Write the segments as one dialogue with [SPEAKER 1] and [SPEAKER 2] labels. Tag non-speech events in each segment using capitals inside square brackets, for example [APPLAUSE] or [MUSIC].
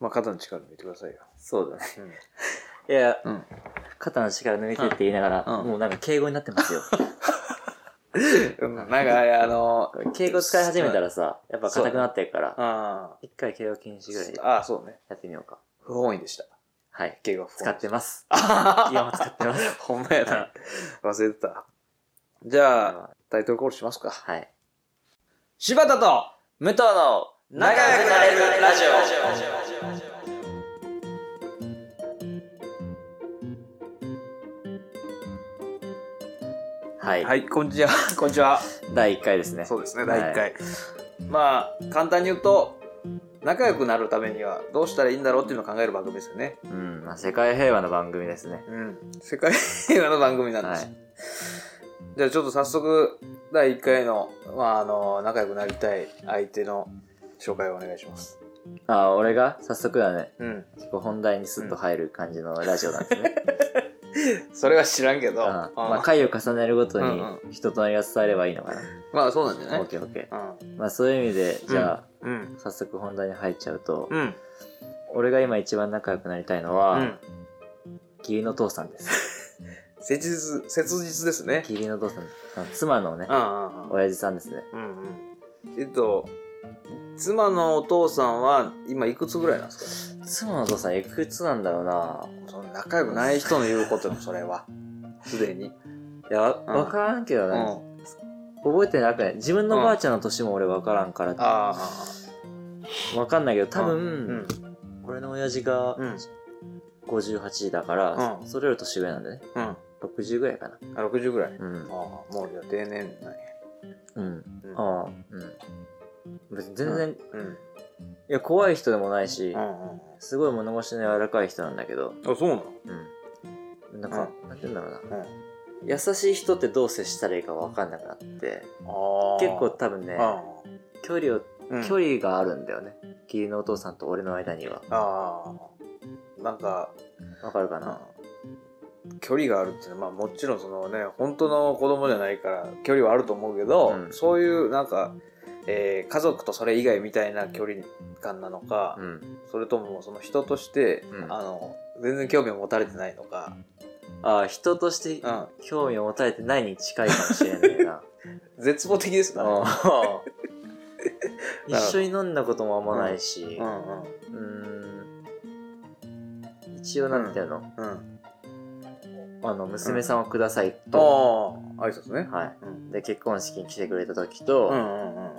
[SPEAKER 1] まあ、肩の力抜いてくださいよ。
[SPEAKER 2] そうだね。いや、
[SPEAKER 1] うん
[SPEAKER 2] 肩の力抜いてって言いながら、
[SPEAKER 1] うん
[SPEAKER 2] もうなんか敬語になって
[SPEAKER 1] [LAUGHS]
[SPEAKER 2] ますよ。
[SPEAKER 1] うん。なんか、あの、
[SPEAKER 2] 敬語使い始めたらさ、やっぱ硬くなってるから、
[SPEAKER 1] あ
[SPEAKER 2] 一回敬語禁止ぐらいで
[SPEAKER 1] あ、ああ、そうね。
[SPEAKER 2] やってみようか。
[SPEAKER 1] 不本意でした。
[SPEAKER 2] はい。
[SPEAKER 1] 敬語は不
[SPEAKER 2] 使
[SPEAKER 1] 本意
[SPEAKER 2] っ。
[SPEAKER 1] [LAUGHS]
[SPEAKER 2] てます。
[SPEAKER 1] あ
[SPEAKER 2] 今も使ってま
[SPEAKER 1] [LAUGHS]
[SPEAKER 2] す。
[SPEAKER 1] ほんまやな。忘れてた。じゃあ、タイトルコールしますか。
[SPEAKER 2] はい。
[SPEAKER 1] 柴田と武藤の仲良くなれるラジ
[SPEAKER 2] は
[SPEAKER 1] オ。
[SPEAKER 2] い。
[SPEAKER 1] はい、こんにちは。こんにち [LAUGHS] は。
[SPEAKER 2] 第1回ですね。
[SPEAKER 1] そうですね、
[SPEAKER 2] は
[SPEAKER 1] 第
[SPEAKER 2] い
[SPEAKER 1] 1回。まあ、簡単に言うと、仲良くなるためにはどうしたらいいんだろうっていうのを考える番組ですよね。
[SPEAKER 2] うん。まあ、世界平和の番組ですね。
[SPEAKER 1] うん。世界平和の番組なんです。
[SPEAKER 2] はい
[SPEAKER 1] じゃあちょっと早速、第1回の、まあ、あの、仲良くなりたい相手の紹介をお願いします。
[SPEAKER 2] ああ、俺が早速だね。
[SPEAKER 1] うん。
[SPEAKER 2] 結構本題にスッと入る感じのラジオなんですね。
[SPEAKER 1] [LAUGHS] それは知らんけど。
[SPEAKER 2] うんまあ、回を重ねるごとに
[SPEAKER 1] うん
[SPEAKER 2] 人となりが伝わればいいのかな。
[SPEAKER 1] まあそうなんじゃない
[SPEAKER 2] オッケーオッケー。まあ、そういう意味で、じゃあ、
[SPEAKER 1] うん。
[SPEAKER 2] 早速本題に入っちゃうと、
[SPEAKER 1] うん。
[SPEAKER 2] 俺が今一番仲良くなりたいの
[SPEAKER 1] う
[SPEAKER 2] は、
[SPEAKER 1] ん。
[SPEAKER 2] 義理の父さんです。
[SPEAKER 1] 切実、切実ですね。
[SPEAKER 2] 義理の父さん。あ妻のね
[SPEAKER 1] う、んうんうん
[SPEAKER 2] 親父さんですね。
[SPEAKER 1] うんうん。えっと、妻のお父さんは今いくつぐらいなんです
[SPEAKER 2] 妻のお父さんいくつなんだろうな
[SPEAKER 1] かその仲良くない人の言うことよそれ [LAUGHS] は。すでに。
[SPEAKER 2] いや、わ
[SPEAKER 1] うん
[SPEAKER 2] わからんけど
[SPEAKER 1] う
[SPEAKER 2] ね、
[SPEAKER 1] ん。
[SPEAKER 2] 覚えてなくない自分のばあちゃんの年も俺わからんから、わ
[SPEAKER 1] ああ。
[SPEAKER 2] かんないけど、多
[SPEAKER 1] う
[SPEAKER 2] 分
[SPEAKER 1] ん、。
[SPEAKER 2] 俺の親父が
[SPEAKER 1] うん
[SPEAKER 2] 58だから、
[SPEAKER 1] うん
[SPEAKER 2] それより年上なんだね。
[SPEAKER 1] うん。あ、
[SPEAKER 2] 60ぐらいかな。
[SPEAKER 1] 60ぐらい。あ
[SPEAKER 2] うん
[SPEAKER 1] あ、。もうじゃあ定年なんや。
[SPEAKER 2] うん。
[SPEAKER 1] うん
[SPEAKER 2] ああ、うん。別に全然、い
[SPEAKER 1] うん。
[SPEAKER 2] や、怖い人でもないし
[SPEAKER 1] う、んうん
[SPEAKER 2] すごい物腰の柔らかい人なんだけど、
[SPEAKER 1] うん。あ、そうなの
[SPEAKER 2] うん。なんか、なんて言うんだろうな。
[SPEAKER 1] うん。
[SPEAKER 2] 優しい人ってどう接したらいいかわかんなくなって、
[SPEAKER 1] ああ。
[SPEAKER 2] 結構多分ね、距離を、
[SPEAKER 1] うん。
[SPEAKER 2] 距離があるんだよね。義理のお父さんと俺の間には。
[SPEAKER 1] ああ。なんか、
[SPEAKER 2] わかるかな、
[SPEAKER 1] 距離があるっていうのは、まあ、もちろんそのね本当の子供じゃないから距離はあると思うけど、
[SPEAKER 2] うん
[SPEAKER 1] そういうなんか、えー家族とそれ以外みたいな距離感なのか、
[SPEAKER 2] うん。
[SPEAKER 1] それともその人として、
[SPEAKER 2] うん
[SPEAKER 1] あの全然興味を持たれてないのか、
[SPEAKER 2] ああ、人として
[SPEAKER 1] うん、
[SPEAKER 2] 興味を持たれてないに近いかもしれな
[SPEAKER 1] [LAUGHS]
[SPEAKER 2] いな。
[SPEAKER 1] 絶望的ですな、ね
[SPEAKER 2] ああ [LAUGHS] 一緒に飲んだこともあんまないし、
[SPEAKER 1] うんうん
[SPEAKER 2] うーん一応なんていうの、
[SPEAKER 1] うん
[SPEAKER 2] あの娘さんをください
[SPEAKER 1] あ
[SPEAKER 2] と、
[SPEAKER 1] あ挨拶ね、
[SPEAKER 2] は
[SPEAKER 1] うん
[SPEAKER 2] い、で結婚式に来てくれた時と、
[SPEAKER 1] うんうんうんうん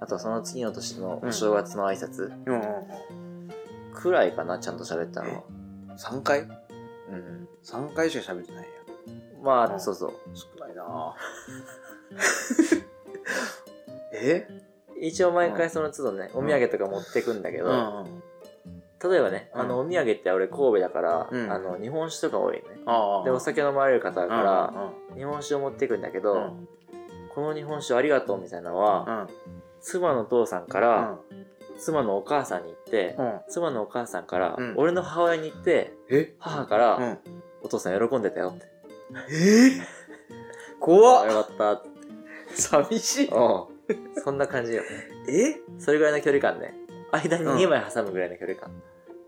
[SPEAKER 2] あとその次の年のお正月の挨拶
[SPEAKER 1] うんうん
[SPEAKER 2] くらいかなちゃんと喋ったのは、
[SPEAKER 1] うん3回
[SPEAKER 2] うん、
[SPEAKER 1] 3回しか喋ってないや
[SPEAKER 2] まあ、
[SPEAKER 1] うん
[SPEAKER 2] そうそう
[SPEAKER 1] 少ないな [LAUGHS] え
[SPEAKER 2] 一応毎回その都度ね、
[SPEAKER 1] ん
[SPEAKER 2] お土産とか持ってくんだけど、
[SPEAKER 1] うん
[SPEAKER 2] 例えばね、
[SPEAKER 1] うん
[SPEAKER 2] あのお土産って俺神戸だから、
[SPEAKER 1] うん
[SPEAKER 2] あの日本酒とか多いね
[SPEAKER 1] ああ
[SPEAKER 2] でお酒飲まれる方だ
[SPEAKER 1] だ
[SPEAKER 2] から、日本酒を持ってくんだけど、
[SPEAKER 1] うん
[SPEAKER 2] この日本酒ありがとうみたいなのは、
[SPEAKER 1] うん
[SPEAKER 2] 妻の父さんから、妻のお母さんに行って、
[SPEAKER 1] うん
[SPEAKER 2] 妻のお母さんから、
[SPEAKER 1] うん
[SPEAKER 2] 俺の母親に行って
[SPEAKER 1] え
[SPEAKER 2] 母から、
[SPEAKER 1] うん
[SPEAKER 2] お父さん喜んでたよって
[SPEAKER 1] え
[SPEAKER 2] あ
[SPEAKER 1] 怖っ
[SPEAKER 2] よかった
[SPEAKER 1] [LAUGHS]
[SPEAKER 2] って
[SPEAKER 1] 寂しい
[SPEAKER 2] うんそんな感じよ
[SPEAKER 1] え
[SPEAKER 2] それぐらいの距離感ね間に
[SPEAKER 1] うん
[SPEAKER 2] 2枚挟むぐらいの距離感、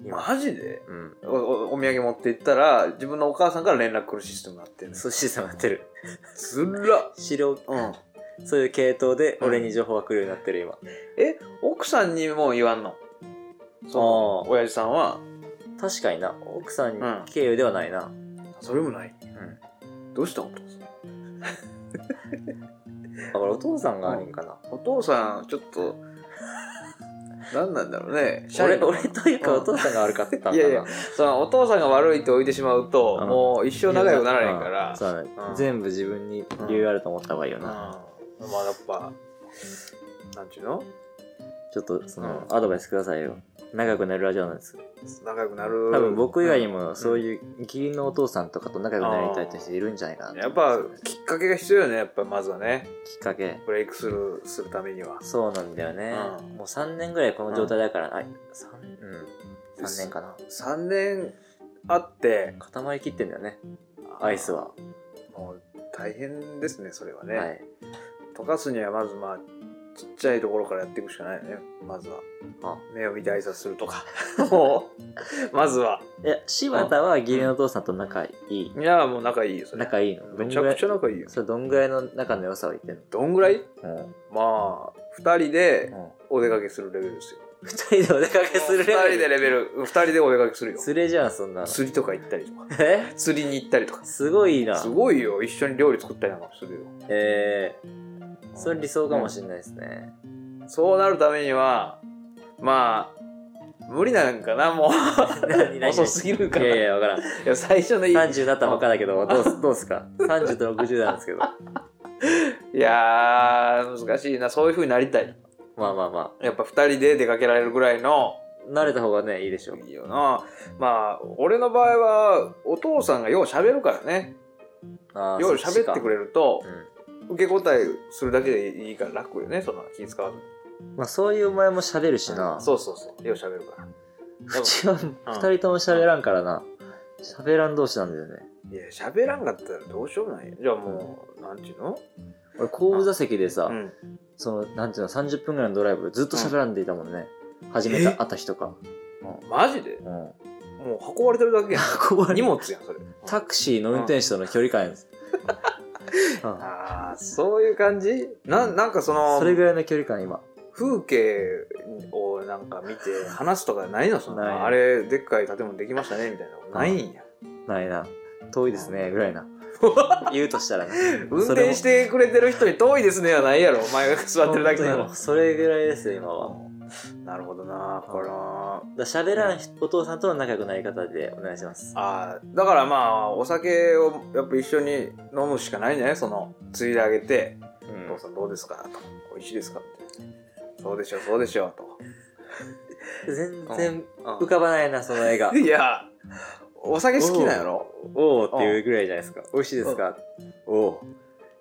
[SPEAKER 2] 今
[SPEAKER 1] マジで
[SPEAKER 2] うん
[SPEAKER 1] おおお土産持って行ったら自分のお母さんから連絡来るシステムになってる
[SPEAKER 2] そうシステムになってる
[SPEAKER 1] つらっ
[SPEAKER 2] 資料
[SPEAKER 1] うん
[SPEAKER 2] そういう系統で
[SPEAKER 1] うん
[SPEAKER 2] 俺に情報が来るようになってる今、
[SPEAKER 1] え奥さんにも言わんのその
[SPEAKER 2] あー
[SPEAKER 1] 親父さんは
[SPEAKER 2] 確かにな奥さん
[SPEAKER 1] うん
[SPEAKER 2] に経由ではないな、
[SPEAKER 1] それもない
[SPEAKER 2] うん
[SPEAKER 1] どうしたお父さん
[SPEAKER 2] だからお父さんがあるんかな、
[SPEAKER 1] お父さんちょっ
[SPEAKER 2] [LAUGHS]
[SPEAKER 1] と何なんだろうねシャ
[SPEAKER 2] 俺
[SPEAKER 1] イな
[SPEAKER 2] 俺というか
[SPEAKER 1] うん
[SPEAKER 2] お父さんが悪かったんかな、
[SPEAKER 1] いやいやそのお父さんが悪いって置いてしまうと、
[SPEAKER 2] うん
[SPEAKER 1] もう一生仲良くならへんから、
[SPEAKER 2] うんそうだね
[SPEAKER 1] うん
[SPEAKER 2] 全部自分に理由があると思った方がいいよ
[SPEAKER 1] うん、
[SPEAKER 2] な、
[SPEAKER 1] まあやっぱなんちゅうの
[SPEAKER 2] ちょっとその
[SPEAKER 1] う
[SPEAKER 2] アドバイスくださいよ長くなるラジオなんですけど
[SPEAKER 1] 仲良くなる
[SPEAKER 2] 多分僕以外にもそういう義理のお父さんとかと仲良くなりたいって人いるんじゃないかな
[SPEAKER 1] やっ
[SPEAKER 2] と思
[SPEAKER 1] ぱ
[SPEAKER 2] うんですよね
[SPEAKER 1] きっかけが必要よねやっぱまずはね
[SPEAKER 2] きっかけ
[SPEAKER 1] ブレイクスルーするためには
[SPEAKER 2] そうなんだよね、
[SPEAKER 1] うん
[SPEAKER 2] もう3年ぐらいこの状態だから、あ三うん、3年かな
[SPEAKER 1] 3年あって
[SPEAKER 2] 固まりきってんだよねアイスは、
[SPEAKER 1] もう大変ですねそれはね、
[SPEAKER 2] はい
[SPEAKER 1] 溶かすにはまずまあちっちゃいところからやっていくしかないよねまずは
[SPEAKER 2] あ
[SPEAKER 1] 目を見て挨拶すると
[SPEAKER 2] [LAUGHS]
[SPEAKER 1] かもうまずは
[SPEAKER 2] え柴田は義理のお父さんと仲いい、
[SPEAKER 1] いやもう仲いいよそれ
[SPEAKER 2] 仲いいの
[SPEAKER 1] めちゃくちゃ
[SPEAKER 2] ゃ
[SPEAKER 1] 仲いいよ
[SPEAKER 2] それどんぐらいの仲の良さを言ってんの
[SPEAKER 1] どんぐらい
[SPEAKER 2] うん
[SPEAKER 1] まあ2人でお出かけするレベルですよ
[SPEAKER 2] 二人でお出かけす
[SPEAKER 1] 2
[SPEAKER 2] る
[SPEAKER 1] 人でレベル2人でお出かけするよ
[SPEAKER 2] 釣れじゃんそんなの
[SPEAKER 1] 釣りとか行ったりとか
[SPEAKER 2] え
[SPEAKER 1] 釣りに行ったりとか
[SPEAKER 2] すごいな
[SPEAKER 1] すごいよ一緒に料理作ったりなんかするよ
[SPEAKER 2] えー、それ理想かもしれないですね、
[SPEAKER 1] そうなるためにはまあ無理なんかなも
[SPEAKER 2] 何
[SPEAKER 1] う [LAUGHS] 遅すぎるから
[SPEAKER 2] いやい
[SPEAKER 1] い
[SPEAKER 2] やわからん
[SPEAKER 1] や最初のいい
[SPEAKER 2] 30だったら他だけどどうすどうすか30と60なんですけどま
[SPEAKER 1] いやー難しいなそういう風になりたい
[SPEAKER 2] あまあま
[SPEAKER 1] やっぱ2人で出かけられるぐらいの
[SPEAKER 2] あ慣れた方がねいいでしょう
[SPEAKER 1] いいよなまあ俺の場合はお父さんがよう喋るからね
[SPEAKER 2] あ
[SPEAKER 1] よう喋ってく
[SPEAKER 2] れ
[SPEAKER 1] れると
[SPEAKER 2] う
[SPEAKER 1] 受け答えするだけでいいから楽よねその気使わずに
[SPEAKER 2] んまあそういうお前も喋るしな
[SPEAKER 1] そうそうそうよう喋るから
[SPEAKER 2] うちは2人とも喋らんからな喋らん同士なんだよね
[SPEAKER 1] いや喋らんかったらどうしようもないよじゃあもうなんていうの
[SPEAKER 2] 俺後部座席でさ、
[SPEAKER 1] うん
[SPEAKER 2] そのなんていうの30分ぐらいのドライブずっと喋らんでいたもんね、初めて会った人か、
[SPEAKER 1] マジで
[SPEAKER 2] うん、
[SPEAKER 1] もう運ばれてるだけ
[SPEAKER 2] [LAUGHS]
[SPEAKER 1] やん
[SPEAKER 2] ここ
[SPEAKER 1] 荷
[SPEAKER 2] にも
[SPEAKER 1] 物やんそれ
[SPEAKER 2] タクシーの運転手との距離
[SPEAKER 1] [LAUGHS]
[SPEAKER 2] 感です、うん
[SPEAKER 1] ああそういう感じなんなんかその
[SPEAKER 2] それぐらいの距離感今
[SPEAKER 1] 風景をなんか見て話すとかないのそん
[SPEAKER 2] ない
[SPEAKER 1] なあれでっかい建物できましたねみたいなのないんや
[SPEAKER 2] ないな遠いですねぐら
[SPEAKER 1] [LAUGHS]
[SPEAKER 2] いな言うとしたらね
[SPEAKER 1] 運転してくれてる人に遠いですねはない [LAUGHS] やろお前が座ってるだけでも
[SPEAKER 2] それぐらいですよ今は
[SPEAKER 1] なるほどなこれは
[SPEAKER 2] だから喋らんお父さんとの仲良くなり方でお願いします
[SPEAKER 1] あーだからまあお酒をやっぱ一緒に飲むしかないんじゃないそのついであげて「
[SPEAKER 2] う
[SPEAKER 1] お
[SPEAKER 2] ん
[SPEAKER 1] 父さんどうですか?」と「美味しいですか?」って「そうでしょそうでしょ」と
[SPEAKER 2] 全然
[SPEAKER 1] うん
[SPEAKER 2] 浮かばないなその映画
[SPEAKER 1] いやお酒好きなんやろ
[SPEAKER 2] [LAUGHS] おおっていうぐらいじゃないですか美味しいですかおお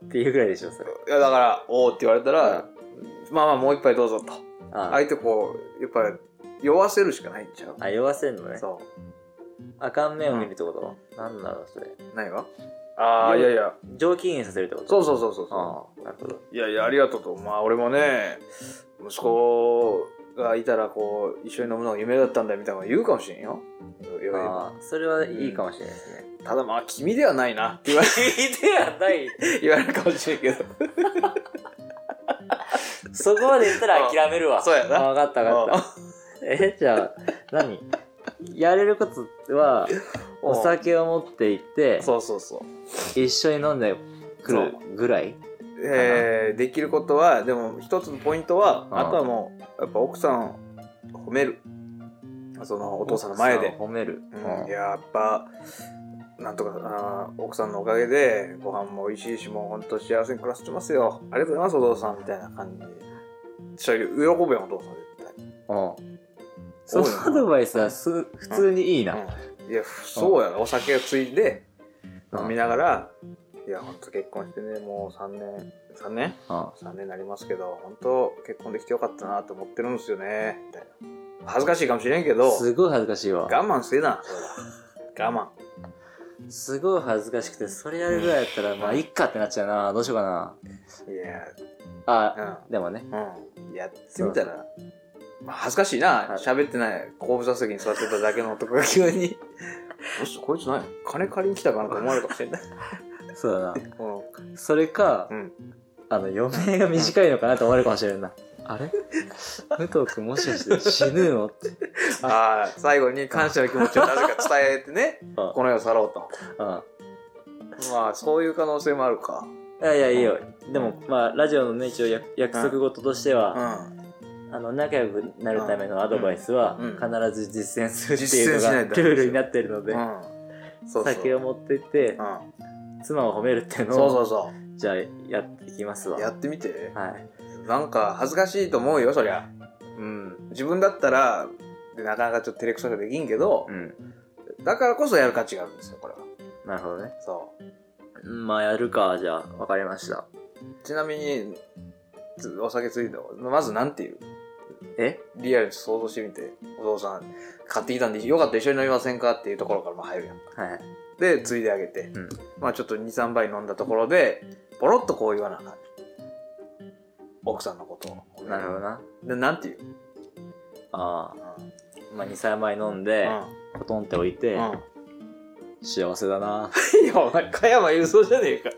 [SPEAKER 2] っていうぐらいでしょそれ
[SPEAKER 1] いやだから「おー」って言われたら「まあまあもう一杯どうぞ」と
[SPEAKER 2] あ
[SPEAKER 1] 相手こうやっぱり酔わせるしかないんちゃう
[SPEAKER 2] あ酔わせんのね
[SPEAKER 1] そ
[SPEAKER 2] あかん面を見るってこと、なんだろうそれ
[SPEAKER 1] う何がああいやいや
[SPEAKER 2] 上機嫌させるってこと
[SPEAKER 1] そうそうそうそうそ
[SPEAKER 2] ああなるほど
[SPEAKER 1] ういやいやありがとうとまあ俺もね息子がいたらこう一緒に飲むのが夢だったんだみたいなこと言うかもしれんよ言われれば
[SPEAKER 2] ああそれはいいかもしれないですね、
[SPEAKER 1] ただまあ君ではないなって言われ
[SPEAKER 2] 聞いてやない
[SPEAKER 1] 言われる [LAUGHS] かもしれんけど
[SPEAKER 2] そこまで言ったら諦めるわ
[SPEAKER 1] そうやな
[SPEAKER 2] 分かった分かった [LAUGHS] えじゃあ何やれることは
[SPEAKER 1] うん
[SPEAKER 2] お酒を持って行って
[SPEAKER 1] そうそうそう
[SPEAKER 2] 一緒に飲んでくるぐらい
[SPEAKER 1] えーできることはでも一つのポイントは
[SPEAKER 2] あ
[SPEAKER 1] あとはもうやっぱ奥さんを褒めるそのお父さんの前で
[SPEAKER 2] 奥、さんを褒める、
[SPEAKER 1] うんいややっぱなんとかあー奥さんのおかげでご飯も美味しいしもうほんと幸せに暮らしてますよありがとうございますお父さんみたいな感じでちょ喜ぶよお父さん絶
[SPEAKER 2] うんそのアドバイスはす普通にいいな、
[SPEAKER 1] 対、うん、いやそうやろお酒をついで
[SPEAKER 2] うん
[SPEAKER 1] 飲みながらいやほんと結婚してねもう3年3年
[SPEAKER 2] うん
[SPEAKER 1] 3年になりますけど本当結婚できてよかったなと思ってるんですよねみたいな恥ずかしいかもしれんけど
[SPEAKER 2] すごい恥ずかしいわ
[SPEAKER 1] 我慢せえなそれは我
[SPEAKER 2] すごい恥ずかしくてそれやるぐらいだったらまあいっかってなっちゃうなどうしようかな
[SPEAKER 1] 慢いや
[SPEAKER 2] あでもね
[SPEAKER 1] うん、うん、やってみたら、まあ、恥ずかしいな
[SPEAKER 2] はい
[SPEAKER 1] 喋ってない後部座席に座ってただけの男が急に「どうしたこいつ何金借りに来たかな?」と思われるかもしれない、
[SPEAKER 2] そうだな
[SPEAKER 1] うん
[SPEAKER 2] それか、
[SPEAKER 1] うん
[SPEAKER 2] あの余命が短いのかなと思われるかもしれ
[SPEAKER 1] [LAUGHS]
[SPEAKER 2] んなあれ武藤君もしかして死ぬのって
[SPEAKER 1] ああ最後に感謝の気持ちをなぜか伝えてね
[SPEAKER 2] うん
[SPEAKER 1] この世を去ろうと
[SPEAKER 2] うん
[SPEAKER 1] まあそういう可能性もあるか
[SPEAKER 2] いやいやいいよでもまあラジオのね一応や約束事として
[SPEAKER 1] う
[SPEAKER 2] は、
[SPEAKER 1] ん
[SPEAKER 2] あの仲良くなるためのアドバイスは
[SPEAKER 1] うん
[SPEAKER 2] 必ず実践するってい
[SPEAKER 1] 実
[SPEAKER 2] うの
[SPEAKER 1] 践し
[SPEAKER 2] が
[SPEAKER 1] ない
[SPEAKER 2] ル
[SPEAKER 1] と
[SPEAKER 2] ールになってるので、
[SPEAKER 1] うんそうそう
[SPEAKER 2] 酒を持ってって
[SPEAKER 1] うん
[SPEAKER 2] 妻を褒めるっていうの
[SPEAKER 1] そう
[SPEAKER 2] を
[SPEAKER 1] そうそ
[SPEAKER 2] じゃあやっていきますわ
[SPEAKER 1] う。やってみて。
[SPEAKER 2] はい
[SPEAKER 1] なんか恥ずかしいと思うよ、そりゃ。
[SPEAKER 2] うん
[SPEAKER 1] 自分だったら、でなかなかちょっと照れくさくできんけど
[SPEAKER 2] う、ん
[SPEAKER 1] だからこそやる価値があるんですよ、これは。
[SPEAKER 2] なるほどね
[SPEAKER 1] そ
[SPEAKER 2] うんまあやるかじゃあわかりました
[SPEAKER 1] う。ちなみに、つお酒ついて、まずなんていう
[SPEAKER 2] え
[SPEAKER 1] リアルに想像してみて、お父さん、買ってきたんで、よかったら一緒に飲みませんかっていうところからまあ入るやん。
[SPEAKER 2] はい
[SPEAKER 1] で、ついであげて、
[SPEAKER 2] うん
[SPEAKER 1] まあちょっと2、3杯飲んだところで、ポロッとこう言わなあかん。奥さんのことを
[SPEAKER 2] なるほどな。
[SPEAKER 1] でなんて言う
[SPEAKER 2] あ
[SPEAKER 1] う
[SPEAKER 2] あ。まあ、2、3枚飲んで、ポトンって置い
[SPEAKER 1] ん
[SPEAKER 2] て、
[SPEAKER 1] うん
[SPEAKER 2] 幸せだな。
[SPEAKER 1] いやお前加山雄三じゃねえか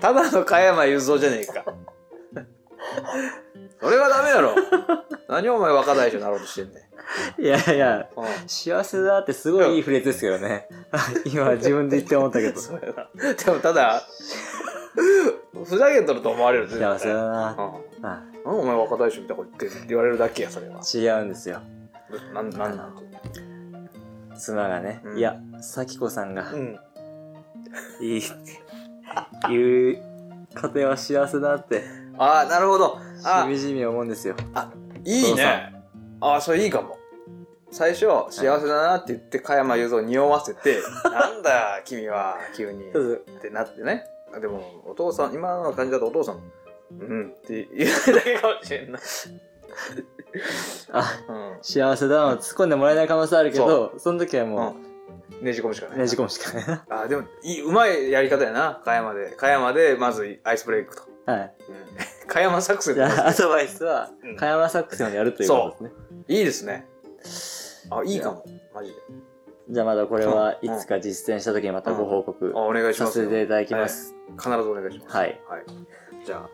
[SPEAKER 1] ただの加山雄三じゃねえかそれはダメやろ何お前若大将になろうとしてんねん
[SPEAKER 2] いやいや、
[SPEAKER 1] うん
[SPEAKER 2] 幸せだってすごいいいフレーズですけどね。 [LAUGHS] 今自分で言って思ったけど。
[SPEAKER 1] そうやなでもただふざけとると思われる
[SPEAKER 2] 幸せだな。
[SPEAKER 1] う
[SPEAKER 2] あ
[SPEAKER 1] ん、なんでお前若大将みたいなこと言ってんのって言われるだけやそれは
[SPEAKER 2] 違うんですよ。
[SPEAKER 1] なんなんなんて
[SPEAKER 2] 妻がね、
[SPEAKER 1] うん
[SPEAKER 2] いや、咲子さんが、
[SPEAKER 1] ん
[SPEAKER 2] いいって言う家庭は幸せだって、
[SPEAKER 1] ああなるほど
[SPEAKER 2] し
[SPEAKER 1] あ
[SPEAKER 2] みじみ思うんですよ。
[SPEAKER 1] いい
[SPEAKER 2] お父さ
[SPEAKER 1] ねああそれいいかも最初幸せだなって言って加山雄三に匂わせて
[SPEAKER 2] [LAUGHS]
[SPEAKER 1] 「なんだ君は急に」
[SPEAKER 2] そう
[SPEAKER 1] っ
[SPEAKER 2] そう
[SPEAKER 1] てなってねでもお父さん今の感じだとお父さんも「うん」って言うだけかもしれ
[SPEAKER 2] [LAUGHS]
[SPEAKER 1] ない、
[SPEAKER 2] あ、
[SPEAKER 1] う
[SPEAKER 2] 幸せだの突っ込んでもらえない可能性あるけど、その時はも
[SPEAKER 1] ん、ねじ込むしかな
[SPEAKER 2] う、
[SPEAKER 1] い
[SPEAKER 2] ねじ込むしかない [LAUGHS] な。
[SPEAKER 1] あでもいいうまいやり方やな加山で加山でまずアイスブレイクと、
[SPEAKER 2] はい。
[SPEAKER 1] [LAUGHS] 加山作戦
[SPEAKER 2] じゃあ、ア
[SPEAKER 1] です
[SPEAKER 2] ドバイスは
[SPEAKER 1] うん、
[SPEAKER 2] 加山サックスまでやるということですね。
[SPEAKER 1] いいですねあいいかもマジで
[SPEAKER 2] じゃあ、まだこれは
[SPEAKER 1] う
[SPEAKER 2] い
[SPEAKER 1] ん
[SPEAKER 2] つか実践した時にまたご報告
[SPEAKER 1] あお願いし
[SPEAKER 2] さ
[SPEAKER 1] ますよ
[SPEAKER 2] せていただきます。
[SPEAKER 1] はい必ずお願いします
[SPEAKER 2] はい、
[SPEAKER 1] じゃあ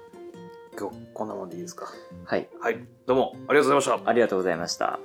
[SPEAKER 1] 今日こんなもんでいいですか
[SPEAKER 2] はい。
[SPEAKER 1] はいどうもありがとうございました
[SPEAKER 2] ありがとうございました。